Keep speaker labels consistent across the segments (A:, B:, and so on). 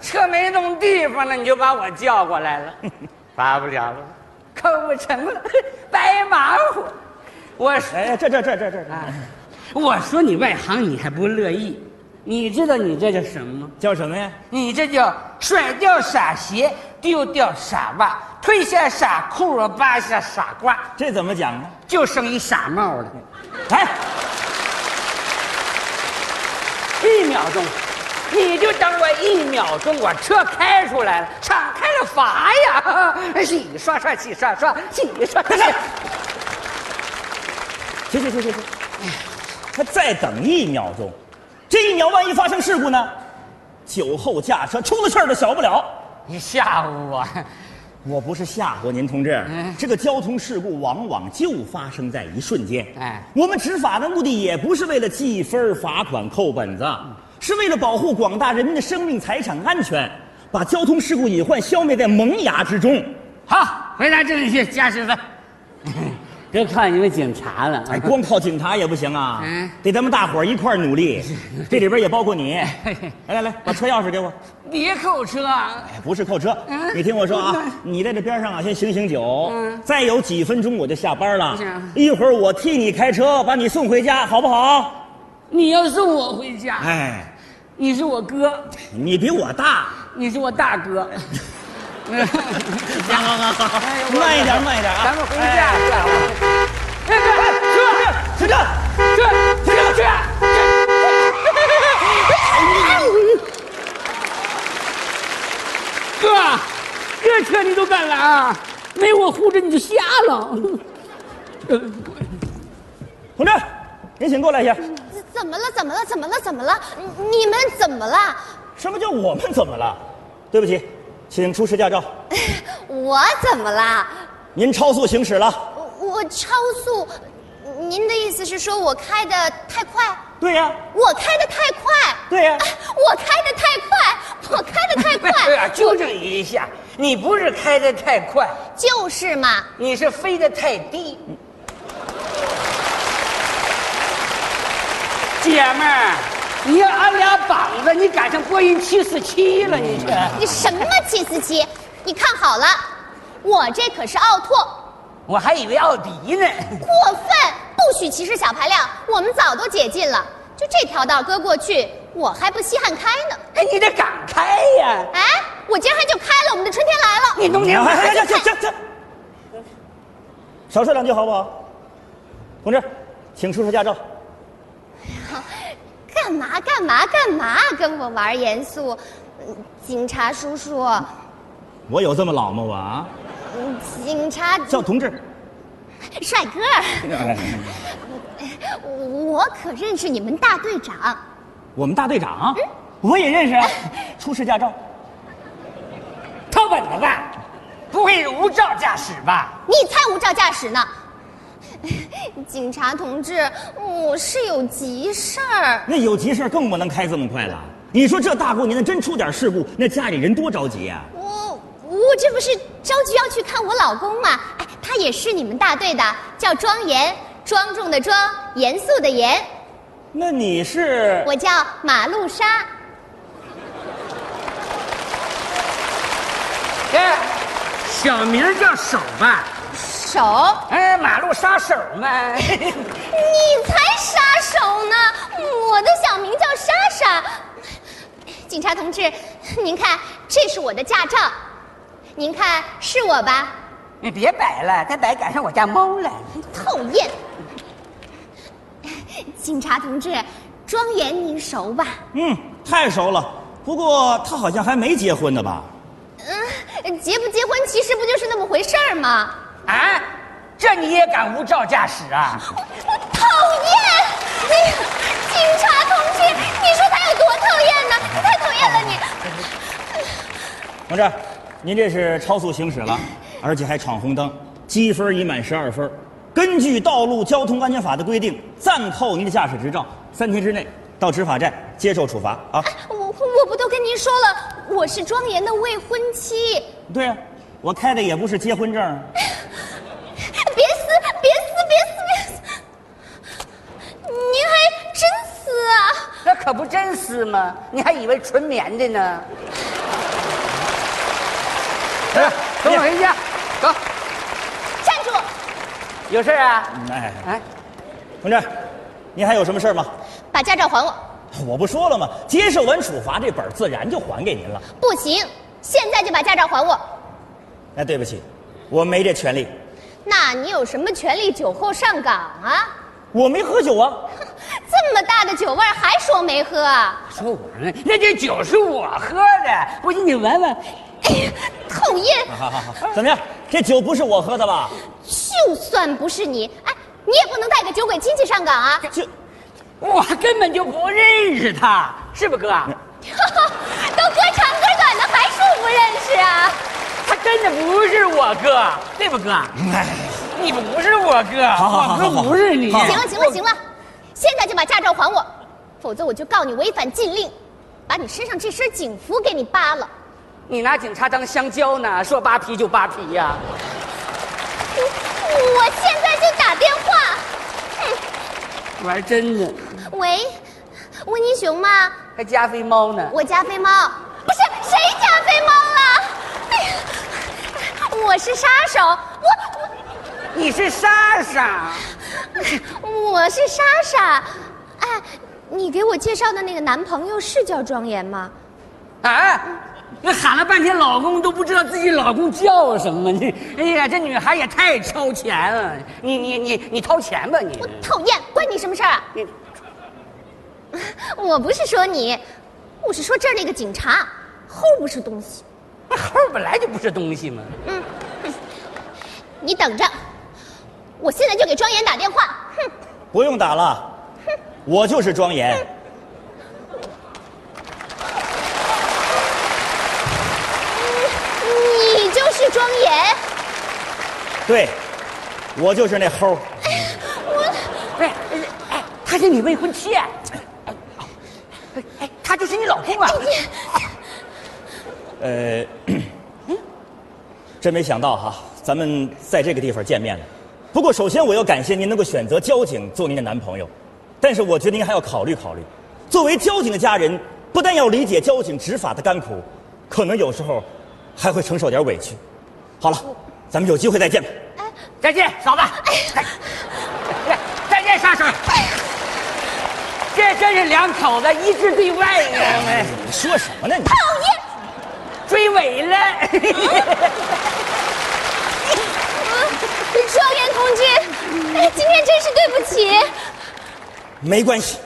A: 车没弄地方了，你就把我叫过来了，
B: 拔不了了。
A: 扣不成了，白忙活。我说，
B: 哎，这这这这这，
A: 我说你外行，你还不乐意？你知道你这叫什么吗？
B: 叫什么呀？
A: 你这叫甩掉傻鞋，丢掉傻袜，褪下傻裤啊，扒下傻瓜，
B: 这怎么讲啊？
A: 就剩一傻帽了。
B: 哎，
A: 一秒钟，你就等我一秒钟，我车开出来了，敞开了罚呀！洗刷刷，洗刷刷，洗刷刷。
B: 行行行行行，哎他再等一秒钟，这一秒万一发生事故呢？酒后驾车出了事儿都小不了。
A: 你吓唬我，
B: 我不是吓唬您，同志，这个交通事故往往就发生在一瞬间。
A: 哎
B: 我们执法的目的也不是为了记分、罚款、扣本子，是为了保护广大人民的生命财产安全，把交通事故隐患消灭在萌芽之中。
A: 好，回答正确，加十分。别靠你们警察了，
B: 哎，光靠警察也不行啊，
A: 嗯
B: 得咱们大伙儿一块儿 努力。这里边也包括你。来来来，把车钥匙给我。
A: 别扣车啊！嗯
B: 哎，不是扣车，你听我说啊，你在这边上啊，先醒醒酒。再有几分钟我就下班了
A: 是啊，
B: 一会儿我替你开车把你送回家，好不好？
A: 你要送我回家，
B: 哎，
A: 你是我哥，
B: 你比我大。
A: 你是我大哥。
B: 好好好好
A: 哎呦我
B: 慢一点，慢一点啊。
A: 咱们回
B: 哎
A: 家去吧。哎哎哎
B: 停车！
A: 这这这这这！哥，这车你都敢来啊？没我护着你就瞎了。
B: 同志，您请过来一下。
C: 怎怎么了？怎么了？怎么了？怎么了？你你们怎么了？
B: 什么叫我们怎么了？对不起，请出示驾照。
C: 我怎么了？
B: 您超速行驶了。
C: 我我超速。您的意思是说我开的太快？
B: 对呀、
C: 我开的太快？
B: 对呀、
C: 啊我开的太快，我开 的太快，
A: 啊，纠正一下，你不是开的太快，
C: 就是嘛。
A: 你是飞得太低。姐们儿，你要按俩膀子，你赶上波音七四七了，你这。
C: 你什么七四七？你看好了，我这可是奥拓，
A: 我还以为奥迪呢。
C: 过分，不许歧视小排量，我们早都解禁了。就这条道搁过去，我还不稀罕开呢。
A: 哎，你得敢开呀！
C: 哎，我今儿还就开了，我们的春天来了。
A: 你弄
B: 哎
A: 年
B: 哎哎
A: 还
B: 哎，这这这，少说两句好不好？同志，请出示驾照。
C: 干嘛干嘛干嘛？跟我玩严肃？嗯警察叔叔，
B: 我有这么老吗？我啊，
C: 嗯警察
B: 叫同志。
C: 帅哥，我可认识你们大队长。
B: 我们大队长，我也认识啊。出示驾照，
A: 偷本子吧？不会是无照驾驶吧？
C: 你才无照驾驶呢！警察同志，我是有急事儿。
B: 那有急事更不能开这么快了。你说这大过年的，真出点事故，那家里人多着急啊呀、
C: 我我这不是着急要去看我老公吗？哎，他也是你们大队的，叫庄严，庄重的庄，严肃的严。
B: 那你是
C: 我叫马路杀。
A: 哎，小名叫手吧？
C: 手，
A: 哎，马路杀手嘛。
C: 你才杀手呢！我的小名叫莎莎。警察同志，您看，这是我的驾照，您看是我吧？
A: 你别摆了，再摆赶上我家猫了。
C: 讨厌！警察同志，庄严您熟吧？
B: 嗯，太熟了。不过他好像还没结婚呢吧？
C: 嗯，结不结婚其实不就是那么回事儿吗？
A: 啊，这你也敢无照驾驶 啊？
C: 我我讨厌！哎呀，警察同志，你说他有多讨厌呢？你太讨厌了你！
B: 同志，您这是超速行驶了，而且还闯红灯，积分已满十二分。根据《道路交通安全法》的规定，暂扣您的驾驶执照，三天之内到执法站接受处罚啊！
C: 我我不都跟您说了，我是庄严的未婚妻，
B: 对啊，我开的也不是结婚证啊。
C: 别撕，别撕，别撕，别撕！您还真撕啊？
A: 那可可不真丝吗？你还以为纯棉的呢？哎，跟我回家，走，
C: 站住！
A: 有事啊？
B: 哎，
A: 哎，
B: 同志，您还有什么事儿吗？
C: 把驾照还我！
B: 我不说了吗？接受完处罚，这本儿自然就还给您了。
C: 不行，现在就把驾照还我！
B: 哎，对不起，我没这权利，
C: 那你有什么权利酒后上岗啊？
B: 我没喝酒啊。
C: 这么大的酒味儿还说没喝啊？
A: 说我呢？那这酒是我喝的，不信你闻闻。
C: 哎呀，讨厌！
B: 好好好，怎么样？这酒不是我喝的吧？
C: 就算不是你，哎，你也不能带个酒鬼亲戚上岗啊！
B: 这
A: 我根本就不认识他，是不哥？
C: 都歌长歌短的，还说不认识啊？
A: 他真的不是我哥，对不哥？你不是我哥，
B: 哎好好好好
A: 我
B: 好
A: 哥不是你。
B: 好
C: 行了行了行了，现在就把驾照还我，否则我就告你违反禁令，把你身上这身警服给你扒了。
A: 你拿警察当香蕉呢？说扒皮就扒皮呀、
C: 我我现在就打电话。哎
A: 玩真的，
C: 喂，温妮熊吗？
A: 还加菲猫呢？
C: 我家飞猫，不是谁家飞猫了？哎呀，我是杀手，我
A: 你是莎莎，
C: 我我是莎莎。哎，你给我介绍的那个男朋友是叫庄严吗？
A: 啊？那喊了半天老公都不知道自己老公叫什么，你哎呀，这女孩也太超前了。你你你你掏钱吧你
C: 我。讨厌，关你什么事儿啊？
A: 你
C: 我不是说你，我是说这儿那个警察，齁不是东西。
A: 那猴本来就不是东西嘛。
C: 你等着，我现在就给庄严打电话。哼，
B: 不用打了，我就是庄严。
C: 你就是庄严，
B: 对，我就是那齁儿。
A: 哎哎哎，他是你未婚妻。哎哎，他就是你老公啊！
B: 呃，真没想到哈、咱们在这个地方见面了。不过，首先我要感谢您能够选择交警做您的男朋友，但是我觉得您还要考虑考虑。作为交警的家人，不但要理解交警执法的甘苦，可能有时候还会承受点委屈。好了，咱们有机会再见吧。
A: 再见，嫂子。哎再见，杀手。
C: 哎
A: 这真是两口子一致对外呀，
B: 你说什么呢你？
C: 讨厌。
A: 追尾了。
C: 啊庄严同志，哎今天真是对不起。
B: 没关系，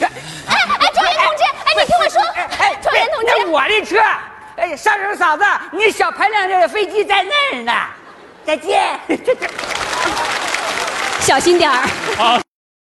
C: 哎哎，庄严同志，哎，你听我说，庄严同
A: 那
C: 志，
A: 哎我的车，哎，杀手嫂子，你小排量的飞机在那儿呢。再见。
D: 小心点儿。
B: 好。